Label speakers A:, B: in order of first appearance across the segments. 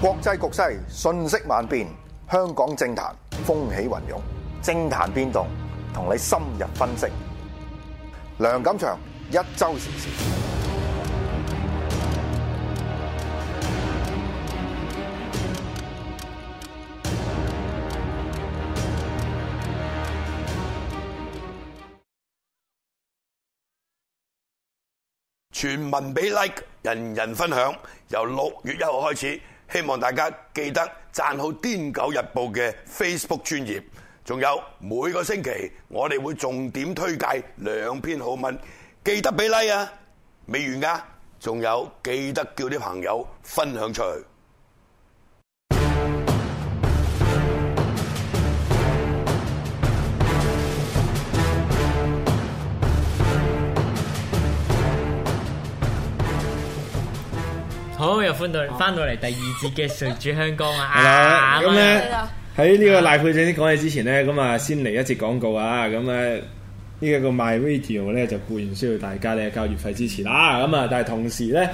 A: 國際局勢瞬息萬變，香港政壇風起雲湧，政壇變動同你深入分析。梁錦祥一周時事。
B: 全民俾 like，人人分享。由六月一號開始，希望大家記得讚好《癲狗日報》嘅 Facebook 專頁。仲有每個星期，我哋會重點推介兩篇好文，記得俾 like 啊！未完㗎，仲有記得叫啲朋友分享出去。
C: 好，又翻到翻到嚟第二節嘅誰主香江
D: 係啦
C: 啊！
D: 咁
C: 樣
D: 咧喺呢個賴佩正式講嘢之前咧，咁啊先嚟一節廣告啊，咁啊呢一個 My Radio 咧就固然需要大家咧交月費支持啦，咁啊但係同時咧，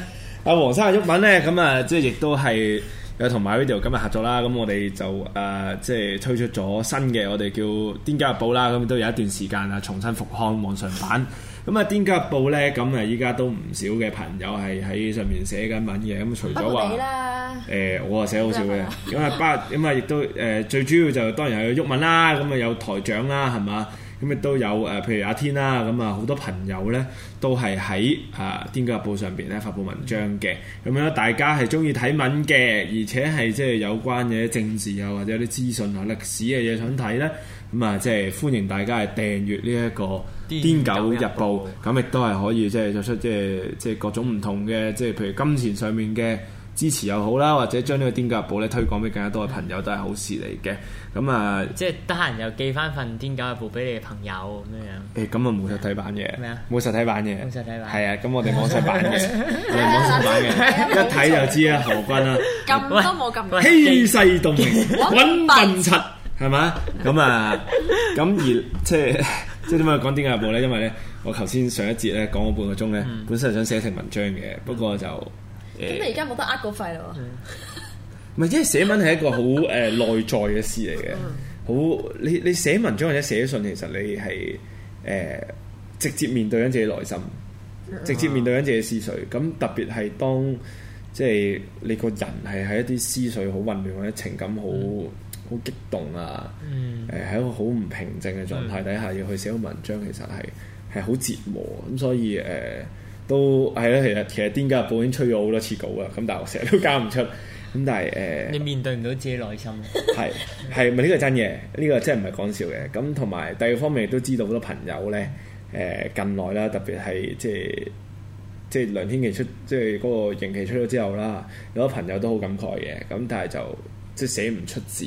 D: 阿黃生阿鬱敏咧，咁啊即係亦都係。有同 My Radio 今日合作啦，咁我哋就誒、呃即係推出咗新嘅，我哋叫《癲家日報》啦，咁都有一段時間啊，重新復刊網上版。咁啊，《癲家日報》咧，咁啊依家都唔少嘅朋友係喺上面寫緊文嘅，咁除
E: 不
D: 咗
E: 過
D: 話
E: 你。啦，
D: 誒、我啊寫好少嘅，咁啊包咁啊亦都誒、最主要就當然係有鬱文啦，咁啊有台長啦，係嘛？咁亦都有誒、譬如阿天啦，咁啊好多朋友咧都係喺啊《癲狗日報》上邊咧發布文章嘅，咁樣大家係中意睇文嘅，而且係即係有關嘅政治啊或者有啲資訊啊歷史嘅嘢想睇咧，咁啊即係歡迎大家係訂閱呢一個《癲狗日報》。咁亦都係可以即係作出即係即係各種唔同嘅即係譬如金錢上面嘅支持又好啦，或者將呢個《癲狗日報》咧推廣俾更加多嘅朋友都係好事嚟嘅。咁啊
C: 即係得閒又寄翻份《癲狗日報》俾你嘅朋友咁樣樣。
D: 誒咁啊冇實體版嘅
C: 咩啊，
D: 冇實體版嘅，
C: 冇實體版
D: 係啊，咁我哋網 上版嘅，我哋網上版嘅，一睇就知啦，何君啊啦，
E: 咁都冇
C: 喂
E: 咁
D: 欺世動名，
E: 搵
D: 揾
E: 笨
D: 笨柒係嘛？咁啊，咁而即係 即係點解講《癲狗日報》咧？因為咧，我頭先上一節咧講咗半個鐘咧，本身係想寫成文章嘅，不過就
E: 咁
D: 誒
E: 你而家冇得呃稿費咯喎，
D: 唔係，因為寫文係一個好誒內在嘅事嚟嘅，好你你寫文章或者寫信，其實你係誒直接面對緊自己內心，直接面對緊自己思緒。咁特別係當即係你個人係喺一啲思緒好混亂或者情感好好激動啊，誒喺一個好唔平靜嘅狀態底下要去寫個文章，其實係係好折磨。咁所以誒、都係啦，其實其實《癲狗日報》已經催咗好多次稿啦，咁但係我成日都交唔出。咁但係誒。
C: 你面對唔到自己內 心，啊
D: 係係咪呢個係真嘅？呢、個真係唔係講笑嘅。咁同埋第二方面亦都知道好多朋友咧，誒、近來啦，特別係即係即係梁天琦出即係嗰個刑期出咗之後啦，有好多朋友都好感慨嘅。咁但係就即係寫唔出字。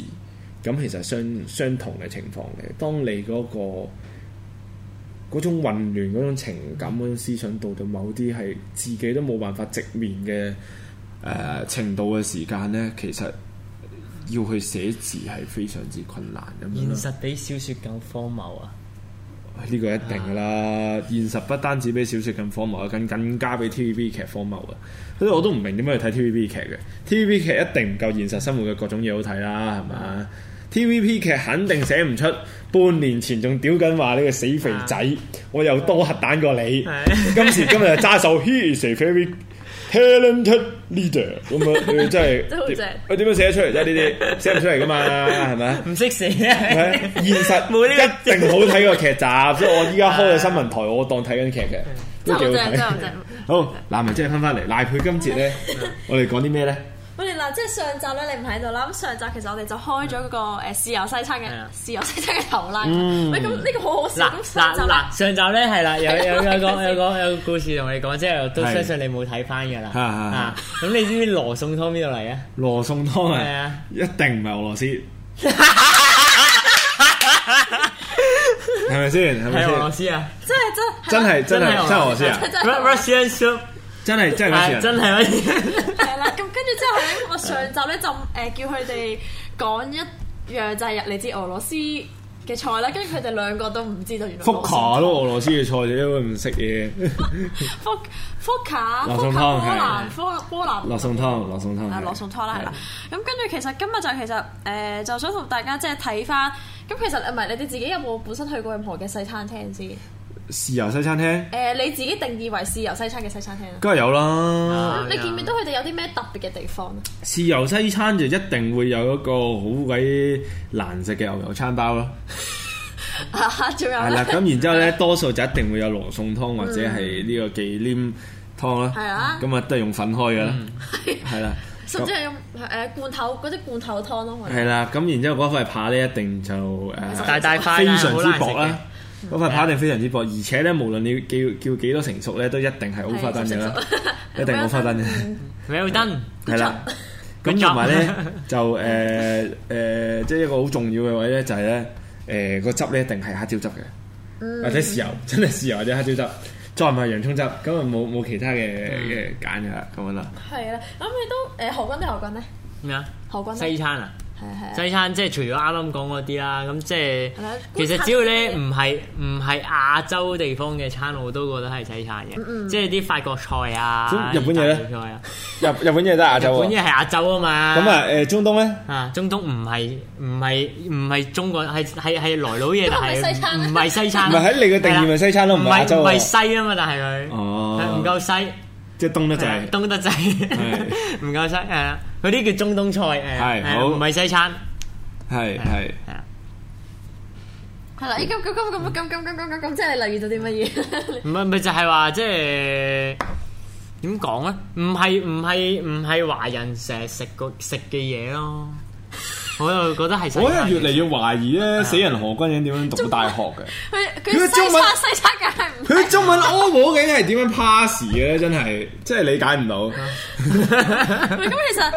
D: 咁其實相相同嘅情況嘅，當你嗰、個嗰種混亂、嗰種情感、嗰種思想，到到某啲係自己都冇辦法直面嘅誒、呃程度嘅時間咧，其實要去寫字係非常之困難咁樣
C: 現
D: 咯
C: 實比小説更荒謬啊！
D: 呢個一定噶啦，現實不單止比小説咁荒謬，更更加比 TVB 劇荒謬啊！所以我都唔明點解去睇 TVB 劇嘅，TVB 劇一定唔夠現實生活嘅各種嘢好睇啦，係嘛？TVB 劇肯定寫唔出，半年前仲屌緊話呢個死肥仔，我又多核彈過你，
C: 係
D: 今時今日就揸手 He is a very talented leader 咁樣，你真 係
E: 真係好正
D: 佢點樣寫得出嚟啫？呢啲寫唔出嚟噶嘛，係咪？
C: 唔識寫
D: 係
C: 啊！
D: 現實
C: 冇呢個
D: 一定好睇過劇集，所以我依家開咗新聞台，我當睇緊劇嘅，
C: 嗯
E: 真
D: 都
E: 係好
D: 幾
E: 正，真係
D: 好
E: 好
D: 睇。
E: 正。
D: 好，嗱，咪即係翻翻嚟，賴佩今節咧，
C: 嗯
D: 我哋講啲咩咧？
E: 喂，嗱，即係上集咧，你唔喺度啦。咁上集其實我哋就開咗嗰個誒豉油西餐嘅
C: 係啊
E: 豉油西餐嘅頭啦。喂，咁呢個好好笑。
C: 嗱嗱
E: 咁上集啊咧
C: 嗱，上集咧係啦，有有有個有個有個故事同你講，即係我都
D: 係
C: 相信你冇睇翻㗎啦。
D: 係係係
C: 啊，咁你知唔知羅宋湯邊度嚟啊？
D: 羅宋湯
C: 係
D: 啊
C: 啊，
D: 一定唔係 俄羅斯，係咪先？係咪
C: 係俄羅
D: 先？
C: 斯啊
E: 真係真係
D: 真係真係真係俄羅斯 啊！
E: 真係
C: ，Russian soup
D: 真係真係嗰
C: 係
D: 次
C: 真
D: 啊！
C: 係乜嘢？
E: 係啦，咁跟住之後咧，呃呃我上集咧就誒叫佢哋講一樣就係你知俄羅斯嘅菜啦，跟住佢哋兩個都唔知道原來
D: 福卡咯，俄羅斯嘅菜你都唔識嘢，
E: 福福卡、
D: 羅
E: 福
D: 宋
E: 卡
D: 湯
E: 波
D: 係
E: 蘭、波波蘭
D: 羅宋湯，羅宋湯，
E: 啊羅宋湯啦，係啦。咁跟住其實今日就其實誒、呃就想同大家即係睇翻，咁其實唔係你哋自己有冇本身去過任何嘅西餐廳先？誒、
D: 豉油西餐廳，
E: 你自己定義為豉油西餐嘅西餐廳啊？
D: 梗係有啦。
C: 啊
E: 你見唔見到佢哋有啲咩特別嘅地方啊？
D: 豉油西餐就一定會有一個好鬼難食嘅牛油餐包咯，
E: 啊仲有
D: 係啦，
E: 咧，
D: 咁然之後 咧，多數就一定會有羅宋湯或者係呢個忌廉湯啦，
E: 嗯係啊
D: 咁啊都係用粉開嘅啦，
C: 嗯
D: 係啦，
E: 甚至係用誒罐頭嗰啲罐頭湯咯，我哋
D: 係啦，咁然之後嗰塊扒咧一定就誒
C: 大大塊
D: 非
C: 啦
D: 常
C: 好
D: 之
C: 難食
D: 薄啦
C: 嘅。
D: 嗰塊扒一定非常之薄，而且咧，無論你叫叫幾多成熟咧，都一定係好花燈嘅啦，一定好花燈嘅，
C: Well done，
D: 係啦。
C: Good
D: 咁
C: job
D: 同埋咧， 就誒誒，即係一個好重要嘅位咧，就係咧誒個汁咧一定係黑椒汁
C: 嗯
D: 嘅，或者豉油， 真係豉油或者黑椒汁，再唔係洋葱汁，咁啊冇冇其他嘅
C: 嗯
D: 嘅揀嘅啦，咁樣啦。
E: 係啦，咁你都誒何君咧何君咧
C: 咩啊？
E: 何君
C: 西
E: 咧
C: 餐啊？
E: 係啊係啊。
C: 西餐即係除咗啱啱講嗰啲啦，咁即係
E: 係啦
C: 其實只要咧唔係唔係亞洲地方嘅餐，我都覺得係西餐
E: 嗯
C: 嘅，即係啲法國菜啊、
D: 咁日本嘢呢
C: 意大利菜啊，
D: 日日本嘢都係亞
C: 日本
D: 洲喎，
C: 嘢係亞洲啊嘛。
D: 咁啊誒中東咧。
C: 啊，中東唔係唔係唔係中國係係係來佬嘢，
E: 咁係咪
C: 但係
E: 西餐啊
C: 唔係西餐。
D: 唔係喺你嘅定義咪西餐咯唔係亞
C: 唔
D: 洲啊
C: 係西啊嘛，但係佢
D: 哦
C: 係唔夠西，
D: 即係東得
C: 係啊
D: 滯，
C: 東得滯，
D: 係
C: 唔夠西係啊！嗰啲叫中東菜誒，
D: 係
C: 係啊
D: 好
C: 唔係西餐
D: 係係
C: 係啊，
E: 係啦，咦咁咁咁咁咁咁咁咁咁咁，即係你留意到啲乜嘢？
C: 唔係咪就係話即係點講咧？唔係唔係唔係華人成日食個食嘅嘢咯，我又覺得係西
D: 我真係
C: 餐
D: 越嚟越懷疑
C: 啊
D: 咧，死人何君影點樣讀到大學嘅？
E: 佢佢
D: 佢嘅中
E: 西
D: 文
E: 餐西餐梗係唔
D: 佢啲中文 O 模竟係點樣 pass 嘅咧？真係真係理解唔到。
E: 喂，咁其實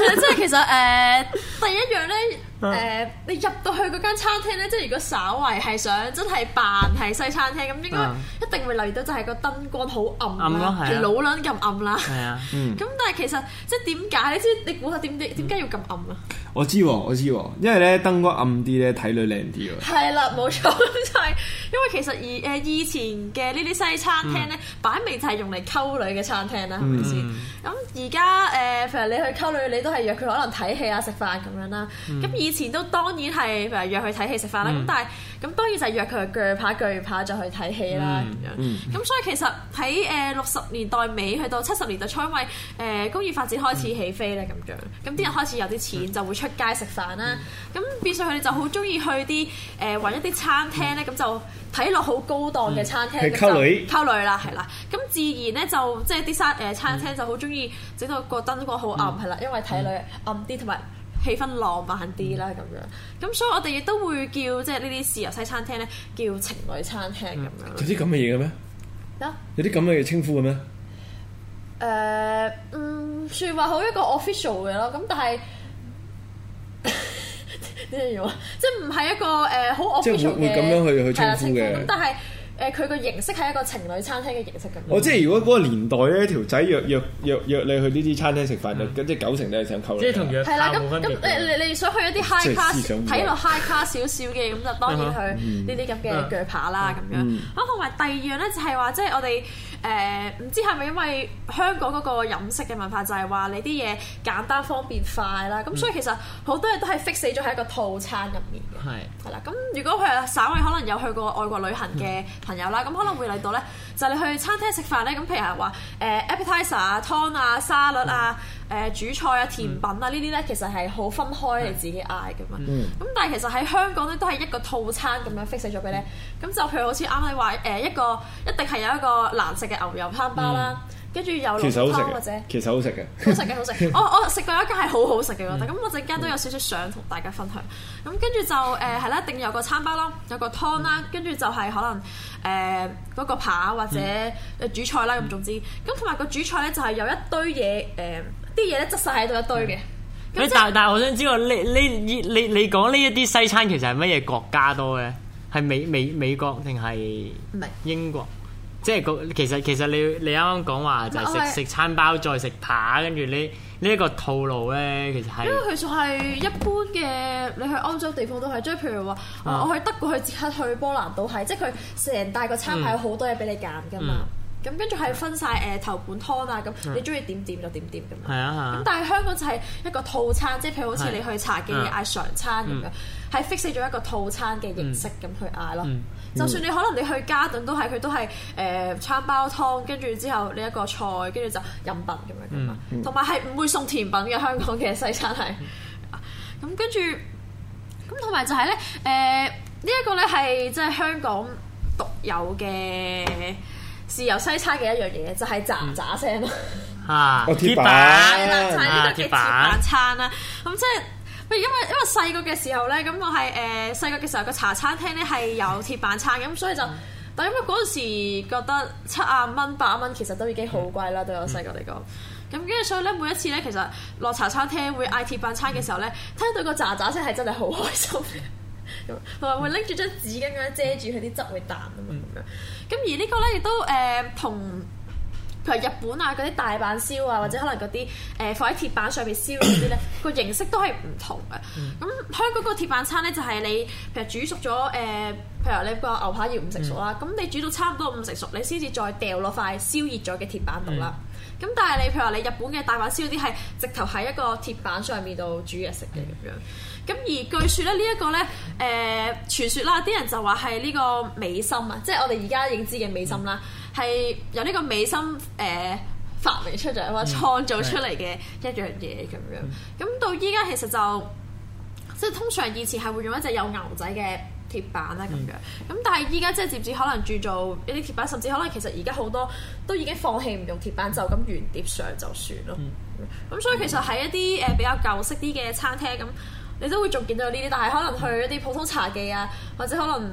E: 即係其實誒、呃第一樣咧
C: 啊
E: 誒、呃你入到去嗰間餐廳咧，即係如果稍為係想真係扮係西餐廳，咁應
C: 嗯
E: 該一定會留意到就係個燈光好暗
C: 暗咯
E: 啦，
C: 係啊
E: 而老撚咁暗啦。
C: 係啊，
E: 咁但係其實即係點解？你知你估下點點點解要咁暗啊？
D: 我知喎，我知喎，因為咧燈光暗啲咧，睇女靚啲喎。
E: 係啦，冇錯， 就係因為其實以誒以前嘅呢啲西餐廳咧，擺明就係用嚟溝女嘅餐廳啦，係咪先？咁而家誒，譬如你去溝女，你都係約佢可能睇戲啊、食飯咁樣啦。咁以前都當然係譬如約佢睇戲食飯啦，咁但係咁當然就係約佢鋸扒鋸扒再去睇戲啦咁樣。咁所以其實喺誒六十年代尾去到七十年代初，因為誒工業發展開始起飛咧咁樣，咁啲人開始有啲錢就會出街食飯啦。咁變相佢哋就好中意去啲誒揾一啲餐廳咧，咁就睇落好高檔嘅餐廳，
D: 嗯
E: 咁
D: 去溝女
E: 就溝女啦，係啦。咁自然咧就即係啲餐誒餐
D: 嗯
E: 廳就好中意整到個燈光好暗係啦，因為睇女暗啲同埋。氣氛浪漫啲
D: 嗯
E: 啦，咁樣咁，所以我哋亦都會叫即係呢啲豉油西餐廳咧，叫情侶餐廳咁樣
D: 啲咁嘅嘢嘅咩？
E: 啦。
D: 有啲咁嘅稱呼嘅咩？
E: 誒、嗯，算話好一個 official 嘅咯，咁但係 點樣用啊？即係唔係一個誒好
D: 即係
E: official
D: 會
E: 嘅
D: 會咁樣去去
E: 係啦啊
D: 稱呼嘅
E: 咁但係誒佢個形式係一個情侶餐廳嘅形式咁
D: 哦
E: 樣。
D: 我即係如果嗰個年代咧，條仔約約約約你去呢啲餐廳食飯，就嗯即係九成都係想溝女。
C: 即係同約
E: 係啦，
C: 炮
E: 咁
C: 冇分別
E: 咁
C: 嘅。
E: 誒你你想去一啲
D: 即
E: high
D: 係思想嗯
E: class
D: 唔
E: 睇落 high class 少少嘅，咁就當然去呢啲咁嘅鋸扒
D: 嗯
E: 啦咁樣。啊，同埋第二樣咧就係話，即係我哋誒唔知係咪因為香港嗰個飲食嘅文化就係話你啲嘢簡單方便快啦，咁所以其實好多嘢都係 fix 死咗喺一個套餐入面嘅。
C: 係。
E: 係啦，咁如果佢係稍微可能有去過外國旅行嘅朋友
D: 嗯
E: 啦，咁、可能會嚟到咧，就你去餐廳食飯咧，咁譬如話誒、appetizer 啊、湯啊、沙律啊、誒、
D: 嗯
E: 主菜啊、甜品啊呢啲咧，其實係好分開你自己嗌噶嘛。咁、
D: 嗯
E: 但係其實喺香港咧都係一個套餐咁樣 fix 咗俾
D: 嗯
E: 你，咁就譬如好似啱你話呃誒一個一定係有一個難食嘅牛油餐包啦，跟住、有
D: 嗯其實
E: 濃
D: 好
E: 湯
D: 食
E: 或者
D: 嘅，。其實好食嘅。
E: 好食嘅好食，我我食過一間係好好食嘅，我覺得咁我陣間都有少少想同大家分享。咁跟住就誒係啦，一定有個餐包啦，有個湯啦，跟住就係可能誒嗰、個扒或者誒主菜啦，咁總之咁同埋個主菜咧就係有一堆嘢誒啲嘢咧執晒喺度一堆嘅。咁
C: 喂
E: 即係
C: 但但係我想知道，你你你你你講呢一啲西餐其實係乜嘢國家多嘅？係美美美國定係
E: 唔係
C: 英國？即係個其實其實你你啱啱講話就
E: 唔係我
C: 係
E: 係
C: 食食餐包再食扒，跟住呢呢一個套路咧，其實係
E: 因為佢就係一般嘅，你去歐洲地方都係，即係譬如話，
C: 啊
E: 我去德國、去捷克、去波蘭都係，即係佢成大個餐牌有好多嘢俾你揀噶嘛。咁跟住係分晒誒頭盤湯啊，咁你中意點點就點點咁樣。
C: 係啊係
E: 咁
C: 啊
E: 但係香港就係一個套餐，即係譬如好似
C: 係
E: 你去茶記
C: 嗯
E: 嗌常餐咁樣，係 fix 死咗一個套餐嘅形式咁去嗌咯。
C: 嗯
E: 就算你可能你去加頓都係，佢都係誒餐包湯，跟住之後呢一個菜，跟住就飲品咁樣噶嘛。
C: 嗯
E: 同埋係唔會送甜品嘅香港嘅西餐係。啊咁跟住，咁同埋就係咧，誒呢一個咧係即係香港獨有嘅豉油西餐嘅一樣嘢，就係喳喳聲咯。
C: 啊
D: 哦鐵板
E: 係啦，就係呢個嘅
C: 鐵
E: 鐵
C: 板
E: 板餐啦。咁即係。因為因為細個嘅時候咧，咁我係誒細個嘅時候個茶餐廳咧係有鐵板餐嘅，咁所以
C: 嗯
E: 就，但因為嗰陣時覺得七啊蚊八蚊其實都已經好貴啦，對我細個嚟
C: 嗯
E: 講。咁跟住所以咧，每一次咧其實落茶餐廳會嗌鐵板餐嘅時候咧，聽到個喳喳聲係真係好開心嘅，咁同埋會拎住張紙巾咁樣遮住佢啲汁會彈啊嘛咁樣。
C: 嗯
E: 咁而呢個咧亦都誒同。譬如日本啊嗰啲大阪燒啊，或者可能嗰啲誒放喺鐵板上面燒嗰啲咧，個形式都係唔同嘅。咁、香港個鐵板餐咧就係你譬如煮熟咗誒、呃譬如你個牛扒要五成熟啦，咁、你煮到差唔多五成熟，你先至再掉落塊燒熱咗嘅鐵板度啦。咁但係你譬如話你日本嘅大阪燒啲係直頭喺一個鐵板上面度煮嘢食嘅咁樣。咁而據說咧呢一個咧誒、呃、傳說啦，啲人就話係呢個美心啊，即係我哋而家認知嘅美心啦，係由呢個美心誒。呃發明出嚟或者創造出嚟嘅一樣嘢咁樣，咁、到依家其實就即係通常以前係會用一隻有牛仔嘅鐵板啦咁樣，咁、但係依家即係漸漸可能轉做一啲鐵板，甚至可能其實而家好多都已經放棄唔用鐵板，就咁原碟上就算咯。咁、所以其實喺一啲誒、呃比較舊式啲嘅餐廳咁，你都會仲見到呢啲，但係可能去一啲普通茶記啊，或者可能。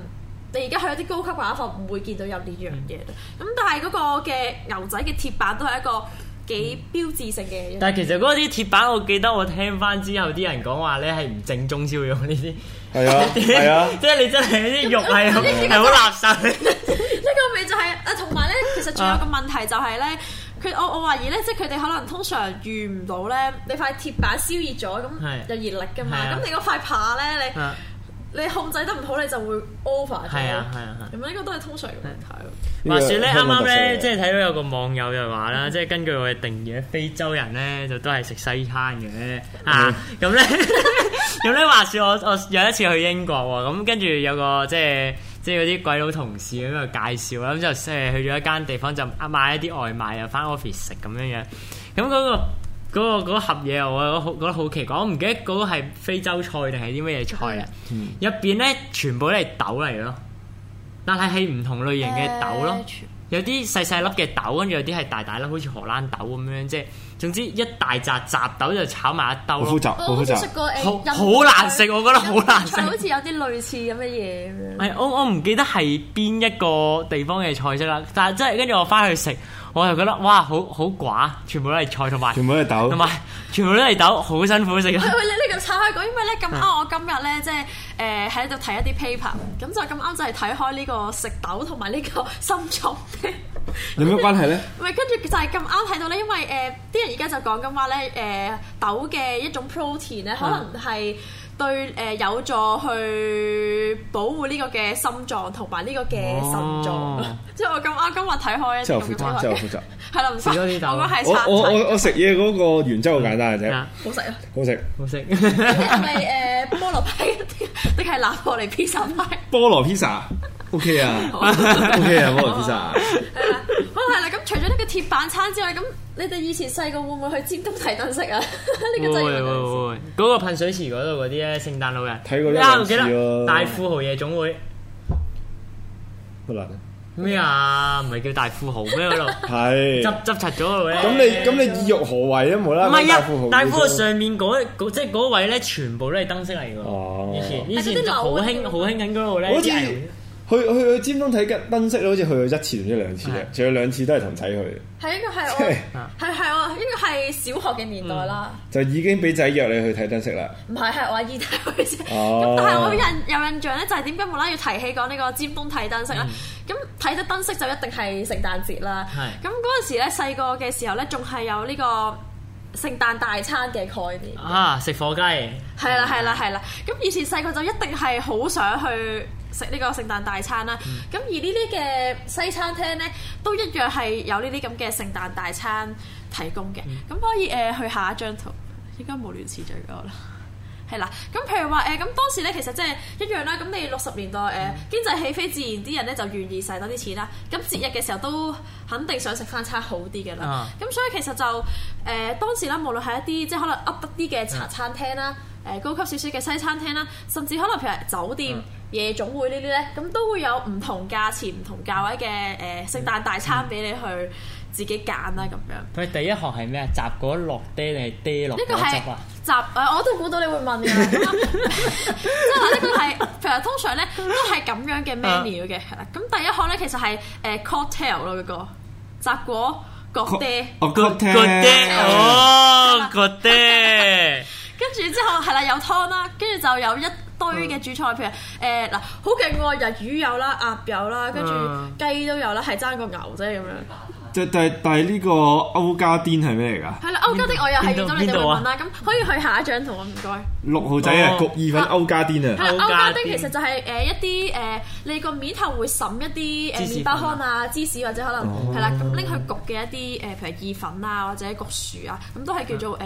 E: 你而家去一啲高級嘅畫房唔會見到有呢樣嘢啦，咁、但係嗰個嘅牛仔嘅鐵板都係一個幾標誌性嘅一樣嘢。
C: 但係其實嗰啲鐵板，我記得我聽翻之後啲人講話咧係唔正宗燒肉呢啲，
D: 係 啊係啊，
C: 即係你真係啲肉係好
E: 呢個
C: 係好垃圾。
E: 呢個咪就係、啊，同埋咧，其實仲有個問題就係、咧，佢我我懷疑咧，即係佢哋可能通常遇唔到咧，你塊鐵板燒熱咗，
C: 係
E: 咁有熱力噶嘛，
C: 係啊
E: 咁你嗰塊扒咧，
C: 啊
E: 你你控制得唔好，你就會 over 咗。
C: 係啊係啊係啊
E: 咁呢個都係通常嘅問題咯。
C: 話說咧，啱
D: 香港
C: 啱咧，
D: 特色嚟嘅
C: 即係睇到有個網友就話啦，即係根據我嘅定義咧，非洲人咧就都係食西餐嘅
D: 嗯
C: 啊。咁咧， 咁咧話說我我有一次去英國喎，咁跟住有個即係即係嗰啲鬼佬同事咁就介紹啦，咁就即係去咗一間地方就買一啲外賣又翻 office 食咁樣樣，咁嗰個。嗰、個嗰盒嘢我覺得好覺得好奇怪，我唔記得嗰個係非洲菜定係啲乜嘢菜啦。
D: 嗯
C: 入邊咧全部都係豆嚟咯，但係係唔同類型嘅豆咯。有啲細細粒嘅豆，跟住有啲係大大粒，好似荷蘭豆咁樣，即係總之一大扎雜豆就炒埋一兜
D: 好複
C: 咯。
D: 雜，
E: 我
D: 好
E: 好
D: 複
E: 似食
D: 雜。
E: 過誒，
C: 哦好
E: 印
C: 好難食我覺得好難食
E: 印度菜好似有啲類似咁嘅嘢咁樣。
C: 係我我唔記得係邊一個地方嘅菜式啦，但係即係跟住我翻去食，我就覺得哇好好寡，全部都係菜同埋
D: 全部都係豆
C: 同，埋全部都係豆，好辛苦食啊
E: 喂！喂，你你咁岔開講，因為咧咁
C: 啊
E: 啱我今日咧即係誒喺度睇一啲 paper，咁就咁啱就係睇開呢個食豆同埋呢個 心臟病。
D: 有咩關 係咧？
E: 唔係，跟住就係咁啱睇到咧，因為誒啲、人而家就講緊話咧，誒、豆嘅一種 protein
C: 啊
E: 咧，可能係對誒、有助去保護呢個嘅心臟同埋呢個嘅腎臟。
C: 哦
E: 即係我咁啱今日睇開一
D: 真
E: 啲
D: 係
E: 咁
D: 複
E: 嘅
D: 雜，真係複雜。
E: 係啦，唔使
C: 食咗啊啲豆
E: 我覺得係
D: 我
E: 拆
D: 我
E: 題
D: 我我食嘢嗰個原則好簡單嘅啫，
C: 啊，
E: 好 食啊！
D: 好食。
C: 好 食。
E: 係咪誒菠蘿批 定係拿破嚟披薩批？
D: 菠蘿 pizza，OK 啊，OK 啊，菠蘿 pizza。
E: 係啦，好係啦。咁除咗呢個鐵板餐之外，咁你哋以前細個會唔會去尖東提燈飾啊？ 呢
C: 會
E: 個真
C: 會
E: 係要問
C: 會會，嗰個噴水池嗰度嗰啲咧，聖誕老人
D: 睇過一兩
C: 啊我記得
D: 次咯
C: 大富豪夜總會
D: 好難啊
C: 咩啊？唔係叫大富豪咩嗰度？
D: 係。
C: 執執柒咗嗰度咧。
D: 咁你咁你意欲何為啊？無啦
C: 唔
D: 啦講
C: 係
D: 大富豪
C: 啊，
D: 嘅
C: 大富豪
D: 啫
C: 上面嗰嗰即係嗰位咧，全部都係燈飾嚟㗎。
D: 哦
C: 以前以
E: 係嗰啲
C: 前就好
E: 樓啊
C: 興好興緊嗰度咧，
D: 好似
C: 啲人
D: 去去去尖東睇吉燈飾，好似去咗一次定唔知兩次
C: 係
D: 嘅，仲有兩次都係同仔去嘅，
E: 係應該係
D: 即係
E: 我係係我應該係小學嘅年代啦，
C: 嗯
D: 就已經俾仔約你去睇燈飾啦。
E: 唔係係我阿姨帶我去啫。
D: 哦
E: 咁但係我印有印象咧，就係點解無啦啦要提起講呢個尖東睇燈飾咧？
C: 嗯
E: 咁睇得燈飾就一定係聖誕節啦。
C: 係
E: 咁嗰陣時咧，細個嘅時候咧，仲係有呢個聖誕大餐嘅概念。
C: 啊，食火雞，
E: 係啦係啦係啦，咁以前細個就一定係好想去食呢個聖誕大餐啦。咁、而呢啲嘅西餐廳呢，都一樣係有呢啲咁嘅聖誕大餐提供嘅。咁、可以誒、呃去下一張圖，應該冇亂次序嗰個啦。係啦，咁譬如話誒，咁、當時咧其實即係一樣啦。咁你六十年代誒、呃經濟起飛，自然啲人咧就願意使多啲錢啦。咁節日嘅時候都肯定想食翻餐好啲嘅啦
C: 啊。
E: 咁、所以其實就誒、呃、當時啦，無論係一啲即係可能噏得啲嘅茶餐廳啦，誒、高級少少嘅西餐廳啦，甚至可能譬如酒店、夜總會呢啲咧，咁都會有唔同價錢、唔同價位嘅誒、呃、聖誕大餐俾你去自己揀啦咁樣。
C: 佢第一行係咩啊？雜果落爹定係爹落
E: 呢
C: 果
E: 個係
C: 汁啊？
E: 集誒，我都估到你會問 嘅，咁啊即係話呢個係譬如通常咧都係咁樣嘅 menu
C: 啊
E: 嘅，係啦。咁第一項咧其實係誒 cocktail 咯，嗰個雜果角爹，
D: 哦
C: 個個爹
E: 哦
C: 哦，個爹，
E: 跟住之後係啦有湯啦，跟住就有一堆
C: 嗯
E: 嘅主菜，譬如誒嗱好勁喎，有魚有啦，鴨有啦，跟住
C: 嗯
E: 雞都有啦，係爭個牛啫咁樣。
D: 即係但係但係呢個歐家甸係咩嚟㗎？
E: 係啦，哦歐家的我又
C: 邊
E: 係
C: 度
E: 遇到你哋
C: 邊
E: 會
C: 度啊
E: 問啦，咁可以去下一張圖啊，唔該。
D: 六號仔啊，
C: 哦
D: 焗意粉歐家甸啊！
E: 係啦，歐家丁
C: 歐家丁
E: 其實就係誒一啲誒，你個面頭會滲一啲
C: 芝士
E: 誒麵包糠啊、芝士或者可
D: 哦
E: 能係啦，咁拎去焗嘅一啲誒，譬如意粉啊或者焗薯啊，咁都係叫做誒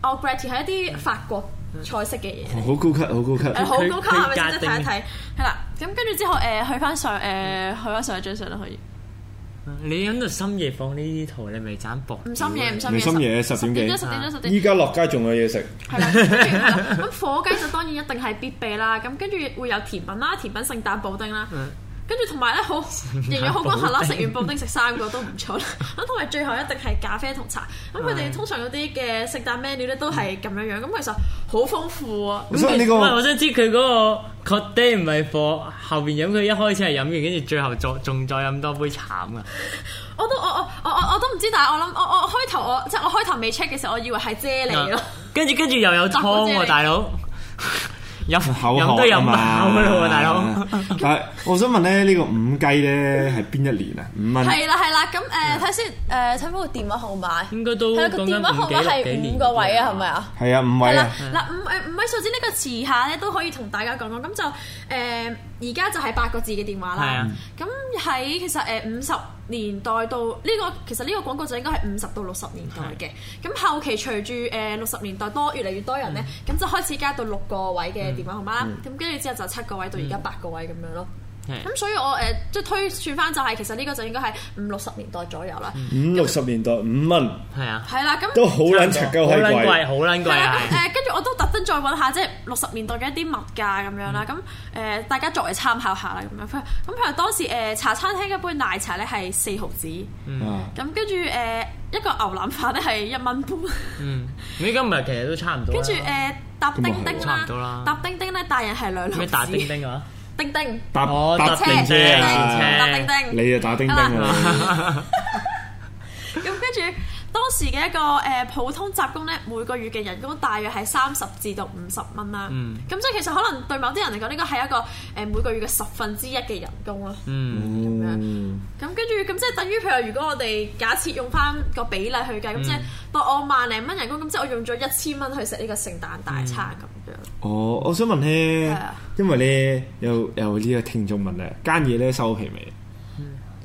E: o g r a t i 係一啲法國菜式嘅嘢。
D: 好高級，好高級。
E: 誒好高級係咪
C: 佢
E: 先？即係睇
C: 佢
E: 一睇係啦，咁跟住之後誒去翻上誒去翻上一張相啦，可以
C: 你喺度深夜放呢啲圖，你咪斬薄？
E: 唔深夜唔深
D: 唔
E: 夜
D: 深夜十點幾
E: 十點鐘十點鐘
D: 依家落街仲有嘢食，
E: 係啦，跟住係啦咁火雞就當然一定係必備啦。咁跟住會有甜品啦，甜品聖誕布丁啦
C: 嗯，
E: 跟住同埋 咧好營養好均衡啦。食完布丁食三個都唔錯啦。咁同埋最後一定係咖啡同茶。咁佢
C: 嗯
E: 哋通常嗰啲嘅聖誕 menu 咧都係咁樣樣，咁其實好豐富啊。
D: 所以呢
C: 喂，我
D: 個
C: 想知佢嗰個 c o day 唔係貨後邊飲，佢一開始係飲完，跟住最後再仲再飲多杯慘啊噶。
E: 我都我我我我我都唔知，但係我諗我我我開頭我即係我開頭未 check 嘅時候，我以為係啫
C: Ờ.
E: 喱
C: 嗯
E: 咯。
C: 跟住跟住又有湯
E: 我知
C: 喎，
E: 你
C: 大佬飲飲
D: 口
C: 都
D: 渴啊
C: 飲飽
D: 嘛
C: 噶咯喎，大 佬。
D: 但係我想問咧，呢個五雞咧係邊一年啊？五蚊
E: 係啦係啦，咁誒睇先誒睇翻個電話號碼，
C: 嗯應該都
E: 係啦
C: 講
E: 個
C: 緊
E: 電話號
C: 五幾六
E: 碼
C: 幾
E: 係
C: 年
E: 五個
C: 嗰啲
E: 位啊，
C: 啊
E: 係咪啊？
D: 係啊，五
E: 係
D: 位
E: 啦
D: 啊，，
E: 嗱呃五誒五位數字呢個詞下咧都可以同大家講講，咁就誒呃而家就係八個字嘅電話
C: 係
E: 啦
C: 啊。
E: 咁喺其實誒五十年代到呢、個其實呢個廣告就應該係五十到六十年代嘅。咁後期隨住誒六十年代多越嚟越多人咧，
C: 嗯
E: 咁、就開始加到六個位嘅電話號碼啦。咁跟住之後就七個位到
C: 嗯
E: 而家八個位咁樣咯。
C: 係
E: 咁所以我誒即係推算翻就係、其實呢個就應該係五六十年代左右啦。
C: 嗯
D: 五六十年代五蚊
C: 係啊，
E: 係啦、咁
D: 都好撚柒鳩
C: 好
D: 閪
C: 撚
D: 貴
C: 貴，。好撚貴
E: 係啦，
C: 啊！
E: 咁
C: 係
E: 誒跟住我都特登再揾下即係六十年代嘅一啲物價咁樣
C: 嗯
E: 啦，咁誒大家作為參考下啦咁樣。咁譬如當時誒茶餐廳一杯奶茶咧係四毫子，咁
C: 嗯
D: 啊
E: 跟住誒一個牛腩飯咧係一蚊半，
C: 嗯，咁依家唔係其實都差唔多啦。
E: 跟住誒搭叮叮
C: 差唔多啦
E: 啦，搭叮叮咧大人係兩毫
C: 咩打
E: 子，
C: 叮叮啊？
E: 叮叮
D: 搭
C: 哦搭
D: 搭定
C: 車
D: 車
C: 車
E: 搭
D: 啊！
E: 叮叮，
D: 你就打叮叮啊！
E: 咁跟住當時嘅一個誒、呃普通雜工咧，每個月嘅人工大約係三十至到五十蚊啦。咁、
C: 嗯
E: 即係其實可能對某啲人嚟講，呢個係一個誒、呃每個月嘅十分之一嘅人工咯。
C: 嗯，
D: 嗯
E: 咁跟住咁即係等於譬如如果我哋假設用翻個比例去計，咁、即
C: 嗯
E: 係當我萬零蚊人工，咁即係我用咗一千蚊去食呢個聖誕大餐咁樣。
C: 嗯
D: 哦，我想問
E: 係
D: 咧
E: 啊，
D: 因為咧有有呢個聽眾問咧，間嘢咧收皮未？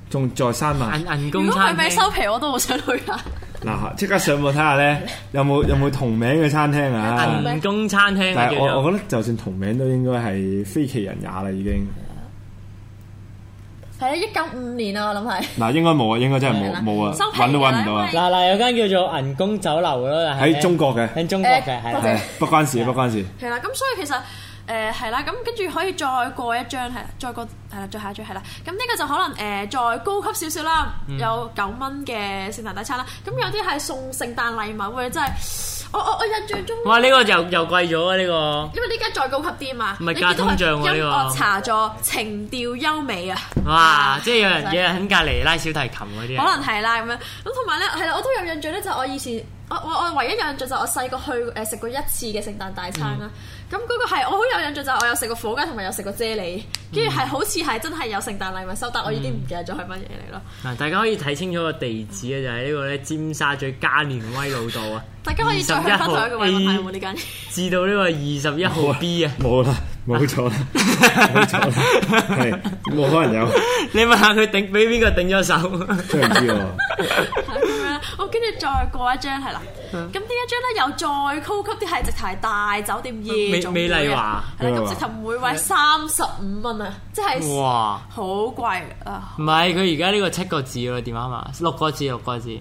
D: 仲再三萬
C: 銀銀
E: 如
C: 工
E: 果佢
C: 餐
E: 咪收
C: 廳
E: 皮，我都好想去啊！
D: 嗱，即刻上網睇下咧，有冇有冇同名嘅餐廳啊？
C: 銀工餐廳啊
D: 但
C: 叫
D: 係
C: 做
D: 我我覺得就算同名都應該係非其人也啦，已經
E: 係啊，一九五年啊，我諗係。
D: 嗱應該冇啊，應該真係
E: 係啦
D: 冇冇啊
E: 收，皮
D: 揾都揾唔到
E: 㗎啦
D: 啊
E: 因！為
C: 嗱嗱有間叫做銀工酒樓咯，但係咧
D: 喺中國嘅
C: 喺中國嘅
E: 誒
C: 係
E: 多
C: 啊
E: 謝
D: 係不關事，不關事。
E: 係啦，咁所以其實誒係啦，咁跟住可以再過一張係啦，再過係啦，再下一張係啦，咁呢個就可能誒、呃再高級少少
C: 嗯
E: 啦，有九蚊嘅聖誕大餐啦，咁有啲係送聖誕禮物喎，真係我我我印象中，
C: 哇！呢個又又貴咗啊！呢個
E: 因為呢間再高級啲嘛，
C: 唔係
E: 你
C: 加
E: 見到
C: 通
E: 佢
C: 脹喎呢個
E: 音樂茶座情調優美啊！
C: 哇！即係有人
E: 真係
C: 有人喺隔離拉小提琴嗰啲啊，
E: 可能係啦咁樣。咁同埋咧，係啦，我都有印象咧，就係我以前我我我唯一有印象就係我細個去呃誒食過一次嘅聖誕大餐
C: 嗯
E: 啦。咁嗰、個係我好有印象就係我有食過火雞同埋有食過啫喱，
C: 嗯
E: 跟住係好似係真係有聖誕禮物收，但我已經唔記得咗係乜嘢嚟咯。
C: 嗱，啊大家可以睇清楚個地址啊，就係呢個咧尖沙咀加連威老道啊，
E: 大家可以再去翻同一個位問下有冇呢間。
C: 至到呢個二十一號 B 啊，
D: 冇啦，冇錯啦，冇錯 啦，係冇可能有，
C: 你問下佢頂俾邊個頂咗手？
D: 真係唔知喎。
E: 啊
C: 嗯
E: 咁樣，我跟住再過一張係啦。咁
C: 嗯
E: 呢一張咧又再高級啲，係直頭係大酒店夜
C: 嗯
E: 總會啊
C: 美美麗華
E: 係啦，咁直頭每位三十五蚊啊，即係
C: 哇！
E: 好貴啊！
C: 唔係佢而家呢個七個字嘅電話嘛，六個字六個字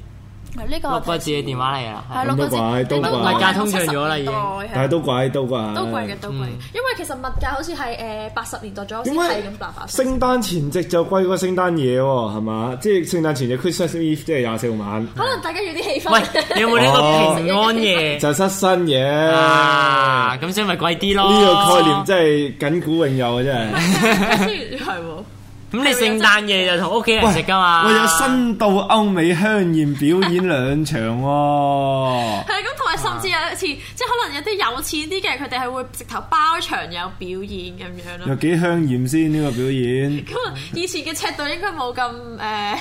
E: 呢個
C: 六個字嘅電話嚟啊，
E: 係六個字，
D: 都貴都貴
E: 你問我
D: 物價
C: 通脹咗啦已經
E: 70年代
D: 但係
E: 係
D: 都啊貴，都貴，
E: 都貴嘅，都貴。因為其實物價好似係誒八十年代左右先
D: 點
E: 係
D: 解
E: 咁爆發。
D: 聖誕前夕就貴過聖誕夜喎？係嘛？即係聖誕前夕 Christmas Eve 即係廿四號晚
E: 可能大家要啲氣氛。
C: 喂，你有冇呢
D: 哦
C: 個平安夜
D: 就失身嘅。
C: 啊？
D: 呢
C: 咁所以咪貴啲咯。
D: 個概念真係緊古永有嘅真 係。
E: 係喎，
C: 咁你聖誕夜就同屋企人食噶嘛？
D: 喂，有新到歐美香艳表演兩場 喎。
E: 係咁，同埋甚至有一次，
D: 啊
E: 即係可能有啲有錢啲嘅，佢哋係會直頭包場有表演咁樣咯
D: 又。幾香豔先呢個表演，
E: 咁啊，以前嘅尺度應該冇咁誒，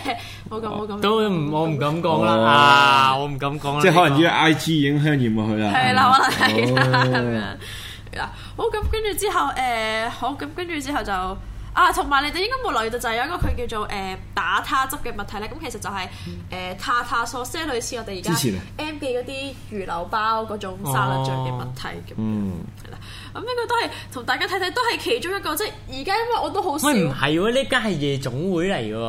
E: 冇咁冇咁
C: 哦都唔我唔敢講啦
D: 哦
C: 啊！我唔敢講啦。
D: 即係可能依
C: 呢個
D: 家 I G 已經香豔過去啦。
E: 係啦，可能係啦咁
D: 嗯哦
E: 樣。嗱，好咁跟住之後，誒、好咁跟住之後就啊，同埋你哋應該冇留意到就係有一個佢叫做誒、打他汁嘅物體咧，咁其實就係、誒、塔塔索斯，即係類似我哋而
D: 之前
E: 家
D: 啊
E: M 記嗰啲魚柳包嗰種沙律醬嘅物體咁。
D: 嗯，
E: 係啦，咁呢個都係同大家睇睇，都係其中一個，即係而家因為我都好少。
C: 喂唔係喎，呢間係夜總會嚟喎。
E: 係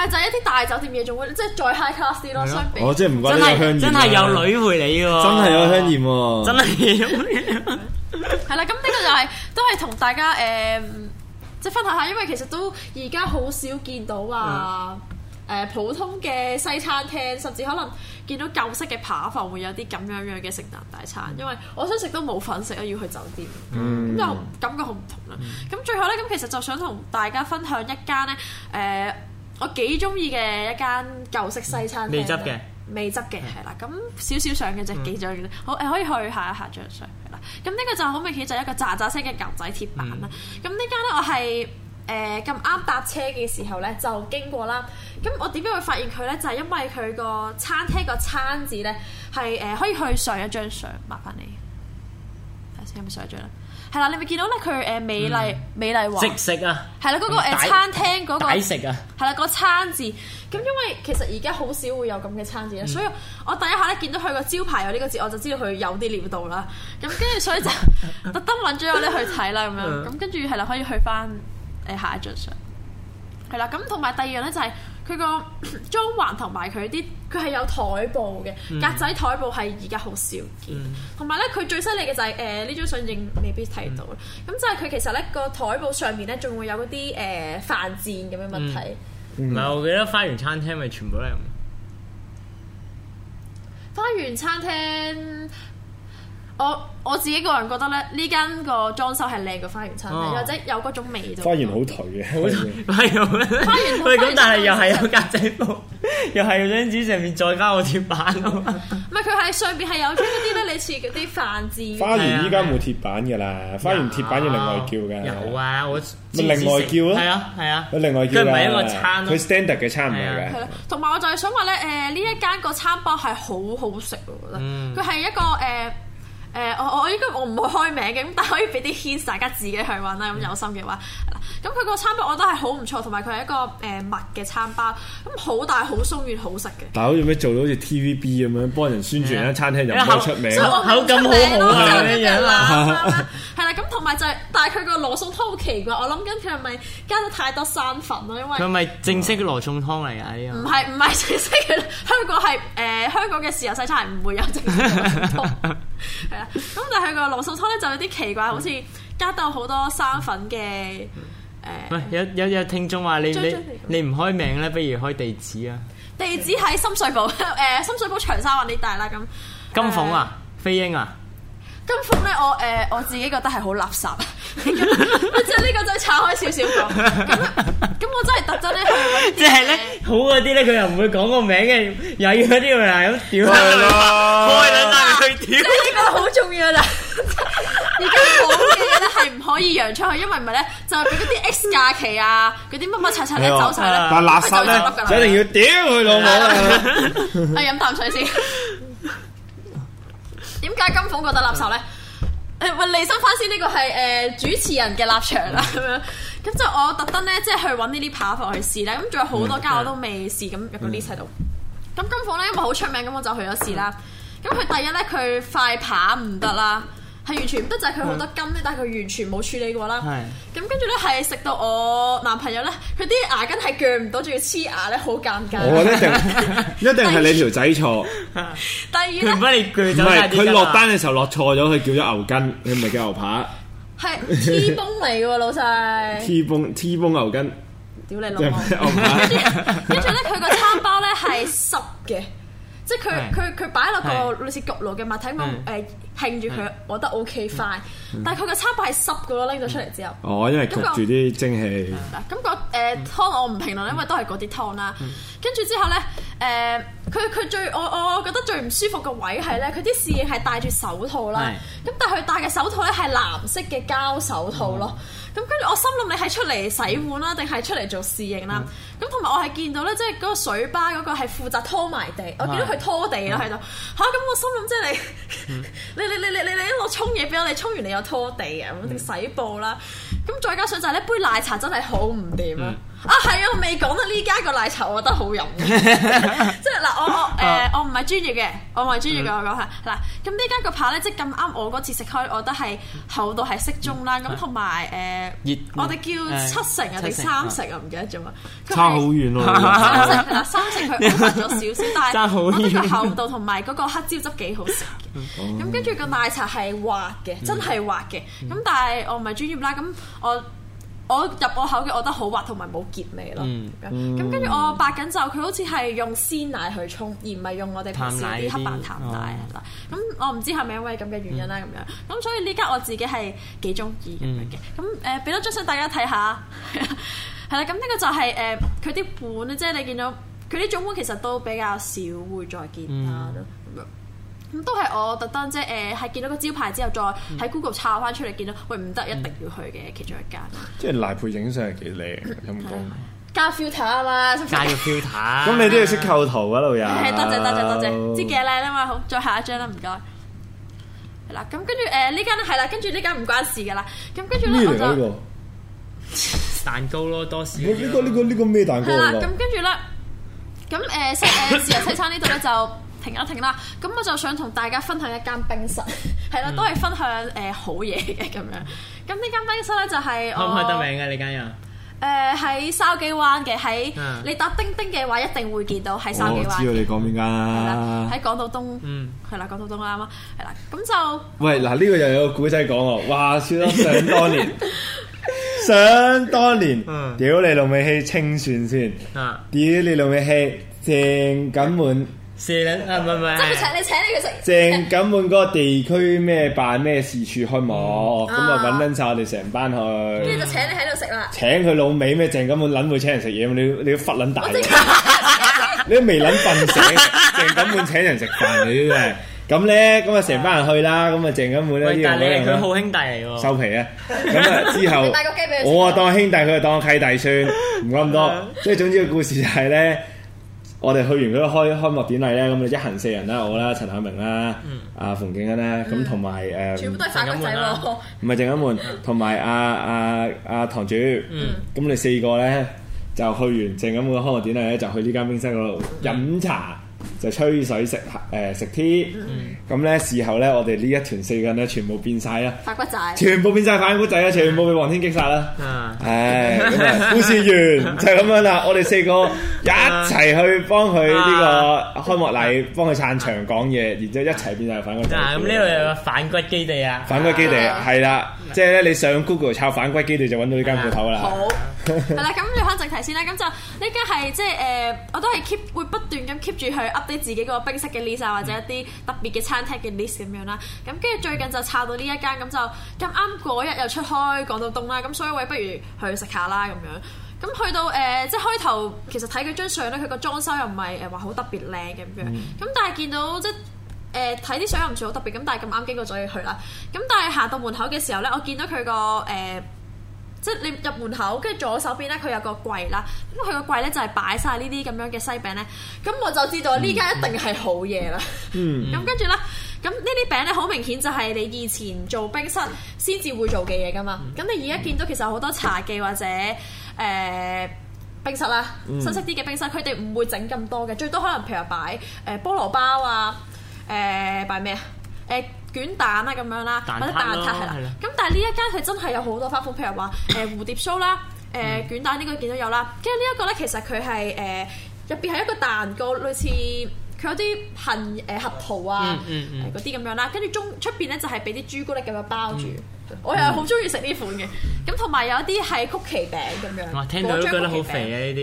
E: 啊就係一啲大酒店夜總會，即係再 high class 啲咯，相比。
D: 哦我即係唔怪
C: 真
D: 得有香
C: 係
D: 豔，
C: 真係有，女陪你喎，
D: 真係有香豔喎，
C: 真係
E: 係啦，咁呢個就係、都係同大家誒、嗯即係分享下，因為其實都而家好少見到話誒、普通嘅西餐廳，甚至可能見到舊式嘅扒飯會有啲咁樣樣嘅聖誕大餐，因為我想食都冇份食啊，要去酒店，咁、又感覺好唔同啦。咁、最後呢，咁其實就想同大家分享一間呢，誒、我幾中意嘅一間舊式西餐廳，
C: 未執嘅。
E: 未執嘅係啦，咁少少上嘅啫，幾張嘅啫。好誒，可以去下一下張相係啦。咁呢個就好明顯就係一個喳喳聲嘅牛仔鐵板啦。咁呢間咧我係誒咁啱搭車嘅時候咧就經過啦。咁我點樣會發現佢咧？就係因為佢個餐廳個餐字咧係誒可以去上一張相，麻煩你睇下先有冇上一張啦。係啦，你咪見到咧佢誒美麗美麗華
C: 即食啊，
E: 係啦，嗰個誒
C: 抵
E: 餐廳嗰個
C: 抵食啊！
E: 係啦，個餐字咁，因為其實而家好少會有咁嘅餐字啦，所以我第一下咧見到佢個招牌有呢個字，我就知道佢有啲料到啦。咁跟住所以就特登揾咗我咧去睇啦，咁樣咁跟住係啦，可以去翻誒下一張相係啦。咁同埋第二樣咧就係佢個 裝潢同埋佢啲佢係有台布嘅格仔台布係而家好少見，同埋咧佢最犀利嘅就係誒呢張相影未必睇到啦。咁就係佢其實咧個台布上面咧仲會有嗰啲誒飯墊咁樣物體。
C: 唔係，我記得花園餐廳咪全部都係咁。
E: 花園餐廳，我我自己個人覺得咧，呢間個裝修係靚過花園餐廳，
C: 哦
E: 或者有嗰種味道。
D: 花園好頹 嘅，
C: 係咁，喂咁，但係又係有格仔布，又係張紙上面再加個鐵板啊嘛。
E: 唔係佢係上邊係有出嗰啲咧，你似嗰啲飯字。
D: 花園依家冇鐵板㗎啦，花園鐵板要另外叫㗎。
C: 啊有啊，我
D: 咪另外叫咯
C: 係啊係啊，
D: 佢另外叫
C: 佢唔
D: 啦，
C: 係一個餐咯
D: 佢。standard 嘅餐唔係
C: 係啊
E: 係
D: 嘅
E: 啦，同埋我就係想話咧，誒、呢一間個餐包係好好食喎，我覺得佢係、一個誒誒、我我應該我唔會開名嘅，咁但係可以俾啲 hint 大家自己去揾啦，咁有心嘅話。係啦咁佢個餐包我覺得係好唔錯，同埋佢係一個誒、密嘅餐包，咁好大好鬆軟好食嘅。
D: 但係好似咩做到好似 TVB 咁樣幫人宣傳一間餐廳又唔可以出名，
C: 因為啊後口感好好啊咁樣樣
E: 啦，係啦，咁同埋就係，但係佢個羅宋湯好奇怪，我諗緊佢係咪加咗太多生粉咯？因
C: 佢
E: 為
C: 咪正式嘅羅宋湯嚟㗎
E: 唔
C: 呢
E: 係唔係 正式嘅，香港係誒、香港嘅豉油西餐係唔會有正式嘅羅宋湯，係啦。咁但係佢個羅宋湯咧就有啲奇怪，好似加到好多生粉嘅
C: 個？
E: 誒
C: 喂，有有有聽眾話你
E: 追
C: 你
E: 追嚟㗎
C: 你唔開名咧，不如開地址啊？
E: 地址喺深水埗誒、深水埗長沙灣呢帶啦咁。
C: 金鳳啊
E: 誒，
C: 飛鷹啊，
E: 金鳳咧，我誒、呃我自己覺得係好垃圾， 即係呢個真係岔開少少講。咁咧咁我真係特登咧去揾啲
C: 即係咧好嗰啲咧，佢又唔會講個名嘅，又要嗰啲嚟咁屌啦，開撚晒佢屌
E: 呃呢。個好重要啦。 而家講嘅嘢咧係唔可以揚出去，因為唔係咧就係俾嗰啲 X 假期啊，嗰啲乜乜柒柒咧走晒咧，
D: 但係垃圾
E: 佢就
D: 咧
E: 執
D: 就一定
E: 㗎啦
D: 要屌佢老母啊！
E: 我飲啖水先。點解金鳳覺得垃圾咧？誒喂，利申翻先，呢個係誒主持人嘅立場啊啦，咁樣咁就我特登咧，即係去揾呢啲扒房去試啦。咁仲有好多間我都未試，咁入個 list 喺度。咁金鳳咧，因為好出名，咁我就去咗試啦。咁佢第一咧，佢塊扒唔得啦，係完全唔得，就係佢好多筋咧，但係佢完全冇處理過啦。
C: 係
E: 咁跟住咧係食到我男朋友咧，佢啲牙根係鋸唔到，仲要黐牙咧，好尷尬。
D: 我一 定一定係你條仔錯，
E: 第二咧
C: 佢唔。幫你
D: 唔
C: 鋸走晒
D: 係
C: 啲筋啊
D: 佢落單嘅時候落錯咗，佢叫咗牛筋，佢唔係叫牛扒。
E: 係 T 崩嚟嘅喎，老細，
D: T 崩 T 崩牛筋，
E: 屌你老
D: 即係
E: 母！
D: 牛扒。
E: 跟住咧，佢個餐包咧係濕嘅，即係佢
C: 係
E: 佢佢擺落個
C: 係
E: 類似焗爐嘅物體咁
C: 係
E: 誒，興住佢，我覺得 OK fine。但係佢個餐包係濕嘅咯，拎咗出嚟之後。
D: 哦，因為焗住啲蒸氣，
E: 嗱，啊咁、個誒、湯我唔評論，因為都係嗰啲湯啦。跟住之後咧，誒佢佢最我我覺得最唔舒服個位係咧，佢啲侍應係戴住手套啦，咁但係佢戴嘅手套咧係藍色嘅膠手套咯。咁跟住我心諗你係出嚟洗碗啦，定係出嚟做侍應啦？咁同埋我係見到咧，即係嗰個水吧嗰個係負責拖埋地，我見到佢拖地啦喺度吓，咁我心諗即係你 你你你你你你一路沖嘢俾我，你沖完你又拖地啊，咁定洗布啦。咁再加上就係呢杯奶茶真係好唔掂啊！啊係啊，我未講到呢家個奶茶，我覺得好飲。即係嗱，我我誒我唔係專業嘅，我唔係專業嘅，我講下嗱。咁呢間個扒咧，即係咁啱我嗰次食開，我覺得係厚度係適中啦。咁同埋
C: 熱
E: 誒，我哋叫七成啊定
C: 七成
E: 三成啊，唔記得咗嘛。佢係
D: 差好 遠 咯。
E: 三成嗱，三成佢 over 咗少少，但
C: 爭
E: 係
C: 好
E: 我覺得個
C: 遠嗯
E: 厚度同埋嗰個黑椒汁幾好食嘅。咁跟住個奶茶係滑嘅，真係滑嘅。咁但係我唔係專業啦，咁我。我入我口嘅，我覺得好滑同埋冇結味咯。
C: 嗯
E: 咁樣咁跟住我白緊就佢好似係用鮮奶去沖，而唔係用我哋平時
C: 淡奶
E: 啲黑白
C: 啲
E: 淡
C: 哦嗯
E: 奶係啦。咁我唔知係咪因為咁嘅原因啦，咁樣咁所以呢家我自己係幾中意咁樣嘅。咁呃誒俾多張相大家睇下， 係啦。咁呢個就係誒佢啲碗咧，即係你見到佢呢種碗其實都比較少會再見啦。
C: 嗯
E: 咁樣咁都係我特登即係誒係見到個招牌之後，
C: 嗯
E: 再喺 Google 抄翻出嚟，見到喂唔得，一定要去嘅其中一間。
D: 即係賴配影相係幾靚，陰公。
E: 加 filter 啊嘛，咁
C: 加個 filter。
D: 咁你都要識構圖啊嗰度有。
E: 係多謝多謝
D: À.
E: 多謝，支幾靚啊嘛，好，再下一張啦，唔該。係啦，咁跟住誒呢間係啦，跟住呢間唔關事噶啦，咁跟住
D: 咩
E: 咧我
D: 嚟㗎呢
E: 就
D: 個？
C: 蛋糕咯，多士。
D: 呢個呢個呢個咩蛋糕
E: 係啦，
D: 嚟
E: 咁
D: 㗎？
E: 跟住咧，咁誒西誒時日西餐呢度咧就停一停啦，咁我就想同大家分享一間冰室，係啦，都係分享誒好嘢嘅咁樣。咁呢間冰室咧就係
C: 開唔開得
E: 我
C: 名嘅呢間又？
E: 誒喺筲箕灣嘅，喺
C: 嗯
E: 你搭叮叮嘅話一定會見到喺筲
D: 我
E: 箕
D: 知道
E: 灣。
D: 你講邊間
E: 係
D: 啦
E: 啦，。喺港島東，
C: 嗯
E: 係啦，港島東啱啦，係啦，咁就
D: 喂，嗱呢個又有個古仔講喎，哇！算啦，想當年， 想當年
C: 嗯，
D: 屌你老味氣清算先，
C: 啊，
D: 屌你老味氣鄭錦滿，
C: 四撚啊，唔係唔
E: 即係
C: 係。
E: 佢請你請你佢食，
D: 鄭錦滿嗰個地區咩辦咩事處開幕，咁啊
E: 啊
D: 揾撚晒我哋成班
E: 跟
D: 去
E: 住，就請你喺度食啦。
D: 請佢老味咩？鄭錦滿撚會請人食嘢嘛？你要你要忽撚大
E: 我
D: 喎
E: 即係
D: 你都未撚瞓醒，鄭錦滿請人食飯你真係，咁咧咁啊成班人去啦，咁啊鄭錦滿咧
C: 喂，
D: 呢
C: 但係你
D: 個嗰
C: 係
D: 樣
C: 佢
D: 啦
C: 好兄弟嚟喎。
D: 收皮啊！咁啊之後
E: 哦 你帶個雞俾佢，食嗯
D: 我啊當兄弟，佢就當契弟算，唔講 咁多。即係總之個故事就係咧，我哋去完嗰個開開幕典禮咧，咁啊一行四人啦，我啦，陳海明啦，阿馮敬恩啦，咁同埋誒
E: 嗯全部都係嗯法國仔喎，
D: 唔係鄭欣滿，同埋阿阿阿堂主，咁
E: 嗯
D: 你四個咧就去完鄭欣滿嘅開幕典禮咧，就去呢間冰室嗰度
E: 嗯
D: 飲茶。就吹水食誒、食 tea，咁
E: 嗯
D: 咧事後咧，我哋呢一團四個人咧，全部變晒啦。
E: 法國仔。
D: 全部變晒反骨仔啦，全部被黃天擊殺啦。
C: 啊，
D: 唉，咁啊，故事完就係咁樣啦。我哋四個一齊去幫佢
C: 啊
D: 呢個開幕禮，幫佢撐場講嘢，然之後一齊變晒反骨仔。
C: 嗱，咁呢度有個反骨基地啊。
D: 反骨基地啊係啦，即係咧你上 Google 抄反骨基地就揾到呢間鋪頭啦。
E: 好，係啦，咁你翻正題先啦。咁就呢家係即係誒，我都係 keep 會不斷咁 keep 住去 update 啲自己個冰室嘅 list 啊，或者一啲特別嘅餐廳嘅 list 咁樣啦。咁跟住最近就抄到呢一間，咁就咁啱嗰日又出開講到東啦，咁所以喂，不如去食下啦咁樣。咁去到誒、呃即係開頭其實睇佢張相咧，佢個裝修又唔係誒話好特別靚咁樣，咁、但係見到即係。誒睇啲相又唔算好特別，咁但係咁啱經過咗佢啦。咁但係行到門口嘅時候咧，我見到佢個誒。呃即係你入門口，跟住左手邊咧，佢有個櫃啦。咁佢個櫃咧就係擺晒呢啲咁樣嘅西餅咧。咁我就知道呢間一定係好嘢啦。
D: 嗯
E: 咁跟住咧，咁呢啲餅咧好明顯就係你以前做冰室先至會做嘅嘢噶嘛。咁你而家見到其實好多茶記或者誒、呃冰室啦，新式啲嘅冰室，佢哋唔會整咁多嘅，最多可能譬如話擺誒、呃菠蘿包啊，誒、擺咩啊，誒、卷蛋啊咁樣啦，
C: 蛋
E: 或者
C: 撻
E: 蛋
C: 咯
E: 撻係啦
C: 係啦。
E: 咁但係呢一間佢真係有好多花款，譬如話誒、蝴蝶酥啦、誒、
C: 嗯
E: 卷蛋呢個見到有啦，跟住呢一個咧其實佢係誒入邊係一個蛋糕，類似佢有啲杏誒核桃啊
C: 嗯嗯嗯
E: 誒嗰啲咁樣啦，跟住中出邊咧就係俾啲朱古力咁樣包住。
C: 嗯
E: 我又好中意食呢款嘅，咁同埋有啲係曲奇餅咁樣，
C: 哇，聽到都覺得好
E: 果漿曲奇餅
C: 肥啊！嗯呢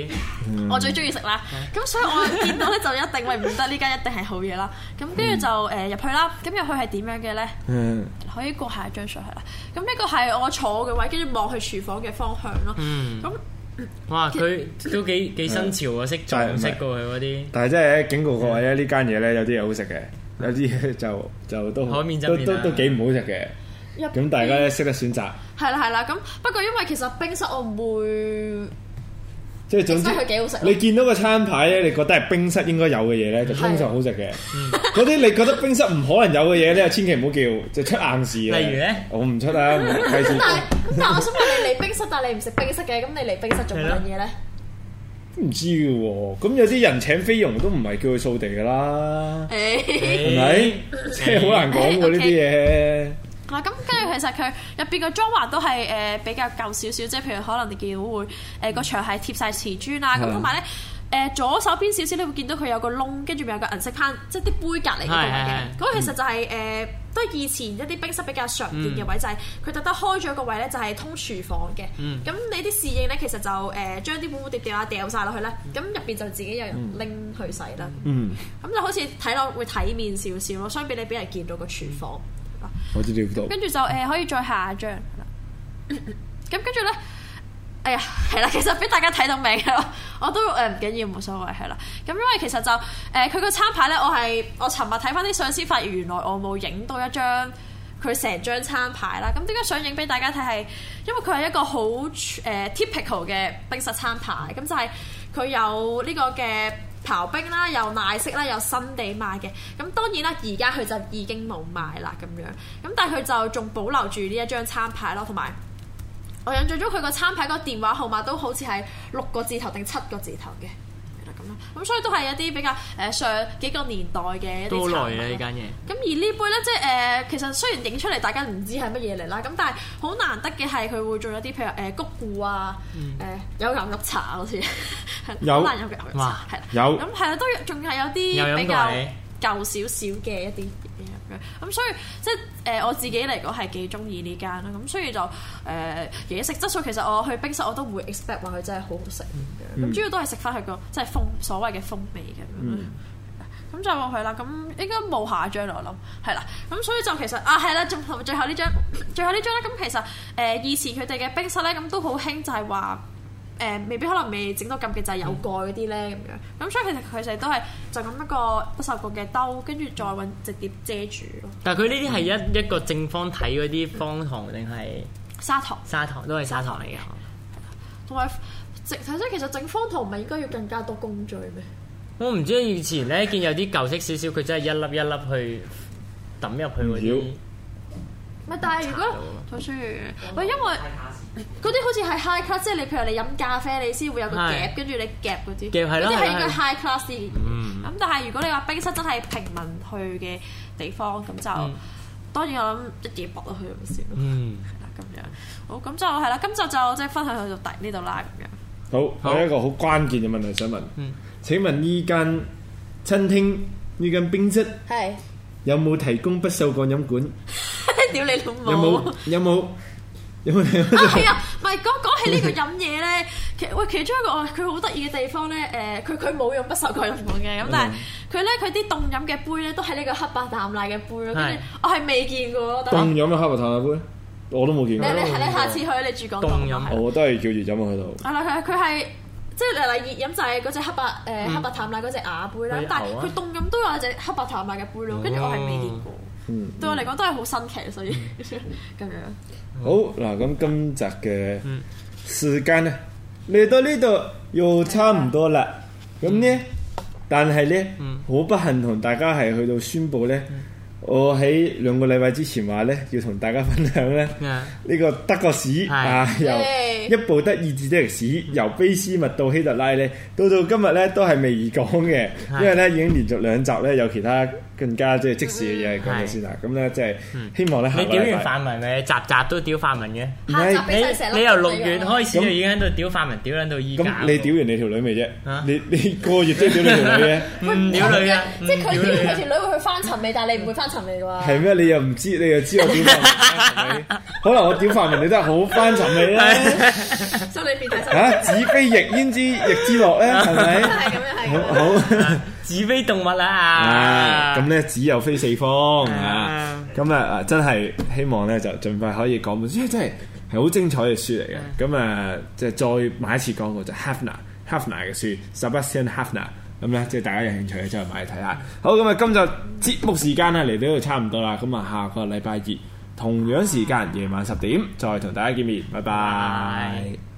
C: 啲
E: 我最中意食啦。咁所以我見到咧就一定喂唔得，呢間一定係好嘢啦。咁跟住就
C: 嗯
E: 呃誒入去啦。咁入去係點樣嘅咧？
D: 嗯
E: 可以過下一張相係啦。咁呢個係我坐嘅位，跟住望去廚房嘅方向咯。
C: 嗯
E: 咁
C: 哇，佢都幾幾新潮啊，識做
D: 係
C: 識過佢嗰啲。
D: 但係真係警告各位咧，呢間嘢咧有啲嘢好食嘅，有啲嘢就就都
C: 海面側
D: 都
C: 面
D: 都
C: 啊嗯
D: 都幾唔好食嘅。
E: 入邊
D: 咁大家咧識得選擇，
E: 係啦係啦。咁不過因為其實冰室我唔會。
D: 即係總之
E: 冰室佢幾好食嗯啊
D: 你見到個餐牌咧，你覺得係冰室應該有嘅嘢咧，就通常好食嘅。嗰啲你覺得冰室唔可能有嘅嘢咧，千祈唔好叫，就出硬事啊
C: 例如咧
D: 我唔出啊，唔費
E: 咁
D: 事。
E: 但係，咁但係我想問你嚟冰室，但係你唔食冰室嘅，咁你嚟冰室做乜撚嘢咧？
D: 唔知嘅喎，咁有啲人請菲傭都唔係叫佢掃地㗎啦，
E: 誒
D: 係咪？ 即係好難講喎呢啲嘢。
E: 嗱，咁跟住其實佢入邊個裝潢都係誒、呃比較舊少少，即係譬如可能你見到會誒、呃、個牆係貼晒瓷磚啦，
D: 係
E: 咁同埋咧誒左手邊少少，你會見到佢有個窿，跟住咪有個銀色框，即係啲杯隔離嗰個位
C: 係係係
E: 嘅。嗰個其實就係、誒、呃都係以前一啲冰室比較常見嘅位，就係佢特登開咗個位咧，就係通廚房嘅。咁、
C: 嗯
E: 你啲侍應咧，其實就誒、呃、將啲碗碗碟碟啊掉晒落去咧，
C: 嗯
E: 咁入邊就自己有人拎去洗啦。
D: 嗯，
E: 咁就好似睇落會體面少少咯，相比你俾人見到個廚房。
D: 我知料到。
E: 跟住就誒、呃可以再下一張係啦。咁跟住咧，哎呀，係啦，其 實俾大家睇到名咯， 我都誒唔緊要，冇所謂係啦。咁因為其實就誒呃佢個餐牌咧，我係我尋日睇翻啲相先發現，原來我冇影到一張。佢成張餐牌啦，咁點解想影俾大家睇係？因為佢係一個好誒、呃 typical 嘅冰室餐牌，咁就係佢有呢個嘅刨冰啦，有奶昔啦，有新地賣嘅。咁當然啦，而家佢就已經冇賣啦咁樣。咁但係佢就仲保留住呢一張餐牌咯，同埋我印象中佢個餐牌個電話號碼都好似係六個字頭定七個字頭嘅。係啦咁啦咁所以都係一啲比較誒、呃上幾個年代嘅一
C: 都
E: 啲
C: 好
E: 產
C: 耐啦呢
E: 品啦
C: 間嘢。
E: 咁而呢杯咧，即係誒、呃其實雖然影出嚟大家唔知係乜嘢嚟啦，咁但係好難得嘅係佢會做一啲譬如誒、呃谷固啊，誒、
C: 嗯
E: 有牛肉茶好似係
D: 有
E: 好難有嘅牛肉
C: 哇
E: 茶，係啦，
D: 有
E: 咁係啦，都仲係有
C: 有飲
E: 啲
C: 過
E: 比較
C: 你
E: 舊少少嘅一啲嘢咁樣，咁所以即係誒、呃我自己嚟講係幾中意呢間啦，咁所以就誒、呃嘢食質素其實我去冰室我都唔會 expect 話佢真係好好食咁樣，
C: 嗯
E: 咁主要都係食翻佢個即係風所謂嘅風味咁樣。咁就係啦，咁應該冇下一張啦，我諗係啦，咁所以就其實啊係啦，仲同最後呢張，最後呢張咧，咁其實誒、呃以前佢哋嘅冰室咧，咁都好興就係話誒，未必可能未整到咁嘅就係有蓋嗰啲咧咁樣，咁所以其實佢哋都係就咁一個不鏽鋼嘅兜，跟住再揾隻碟遮住咯，
C: 但係佢呢啲係一一個正方體嗰啲方糖定係
E: 砂糖
C: 砂糖，都係砂糖嚟嘅。
E: 同埋整睇真其實整方糖唔係應該要更加多工序咩？
C: 我唔知以前咧見有啲舊式少少，佢真係一粒一粒去抌入去嗰啲
D: 唔。
E: 唔係，但係如果
C: 啊
E: 睇書，喂，因為嗰啲好似係 high class，即係你譬如你飲咖啡，你先會有個
C: 係
E: 夾，跟住你夾嗰啲，
C: 夾係
E: 嗰
C: 咯
E: 啲
C: 係
E: 係應該
C: 係嗯
E: high class 啲。咁但係如果你話冰室真係平民去嘅地方，咁就
C: 嗯
E: 當然我諗一嘢搏落去咁先咯，
C: 嗯，
E: 係啦咁樣。好，咁就係啦，今集就即係分享去到第呢度啦，咁樣。
D: 好，
C: 好
D: 我有一個好關鍵嘅問題想問。
C: 嗯
D: 請問呢間餐廳呢間冰室
E: 係，
D: 有冇提供不鏽鋼飲管？
E: 屌你老
D: 有
E: 母
D: 冇！有冇因為你
E: 啊係啊，唔係講講起呢個飲嘢咧，其喂其中一個哦佢好得意嘅地方咧，誒佢佢冇用不鏽鋼飲管嘅，咁但係佢咧佢啲凍飲嘅杯咧都係呢個黑白淡奶嘅杯咯，跟
C: 係
E: 住我係未見過咯，但
D: 凍
E: 係
D: 飲嘅黑白炭嘅杯，我都冇見
E: 你
D: 過。
E: 你你下次去你住港
C: 凍飲
E: 島
D: 我都係叫熱飲啊，喺度。
E: 係啦，佢佢係即係例如熱飲就係嗰只黑白誒、黑白淡奶嗰只瓦杯啦
C: 佢，
E: 但係
C: 牛啊
E: 佢凍飲都有一隻黑白淡奶嘅杯咯，跟住我係未見過，
D: 嗯
E: 對我嚟講都係好新奇，所以 咁樣。
C: 嗯
D: 好嗱，咁今集嘅時間咧嚟到呢度又差唔多啦。咁呢，
C: 嗯
D: 但係呢，好不幸同大家係去到宣布呢，
C: 嗯
D: 我喺兩個禮拜之前話呢，要同大家分享呢。
C: 啊
D: 呢個德國史
C: 係嗯
D: 啊，
E: 耶
D: 由一部德意志的歷史，由卑斯密到希特拉咧，到到今日咧都係未講嘅，
C: 係
D: 因為咧已經連續兩集咧有其他更加即係即時嘅嘢係講咗
C: 係
D: 先啦。咁咧即係希望咧下
C: 嗯
D: 個
C: 你屌
D: 禮
C: 完
D: 拜
C: 泛民咪集集都屌泛民嘅，
D: 唔
E: 下集
D: 係
E: 俾晒成
C: 你
E: 粒
C: 你由
E: 鐘
C: 六
E: 俾我
C: 月開始就已經喺度屌泛民，屌撚到依家喎。
D: 咁你屌完你條女未啫
C: 啊？
D: 你 你個月都屌你條女 嘅，
C: 唔屌女啊？
E: 即係
C: 唔
E: 佢
C: 屌女
E: 佢
C: 啊
E: 條女會去翻尋味，但係你唔會翻尋味啩？
D: 係咩？你又唔知，你又知我屌泛 民，係咪可能我屌泛民你都係好翻尋味 啦。
E: 心裏變態心
D: 嚇，子非翼焉知翼之樂咧？係咪？
E: 真係咁樣係咁樣。
D: 好。
C: 自卑動物
D: 啊，
C: 啊！
D: 咁咧只有飛四方啊
C: 啊，
D: 咁啊啊真係希望咧就盡快可以講本書，因為真係係好精彩嘅書嚟嘅。咁啊，即係再買一次廣告就 Hafner Hafner 嘅書，Sebastian Hafner。咁咧，即係大家有興趣嘅，就去買嚟睇下。好，咁啊，今集節目時間咧嚟到呢度差唔多啦。咁啊，下個禮拜二同樣時間夜晚十點再同大家見面，拜拜。
C: 拜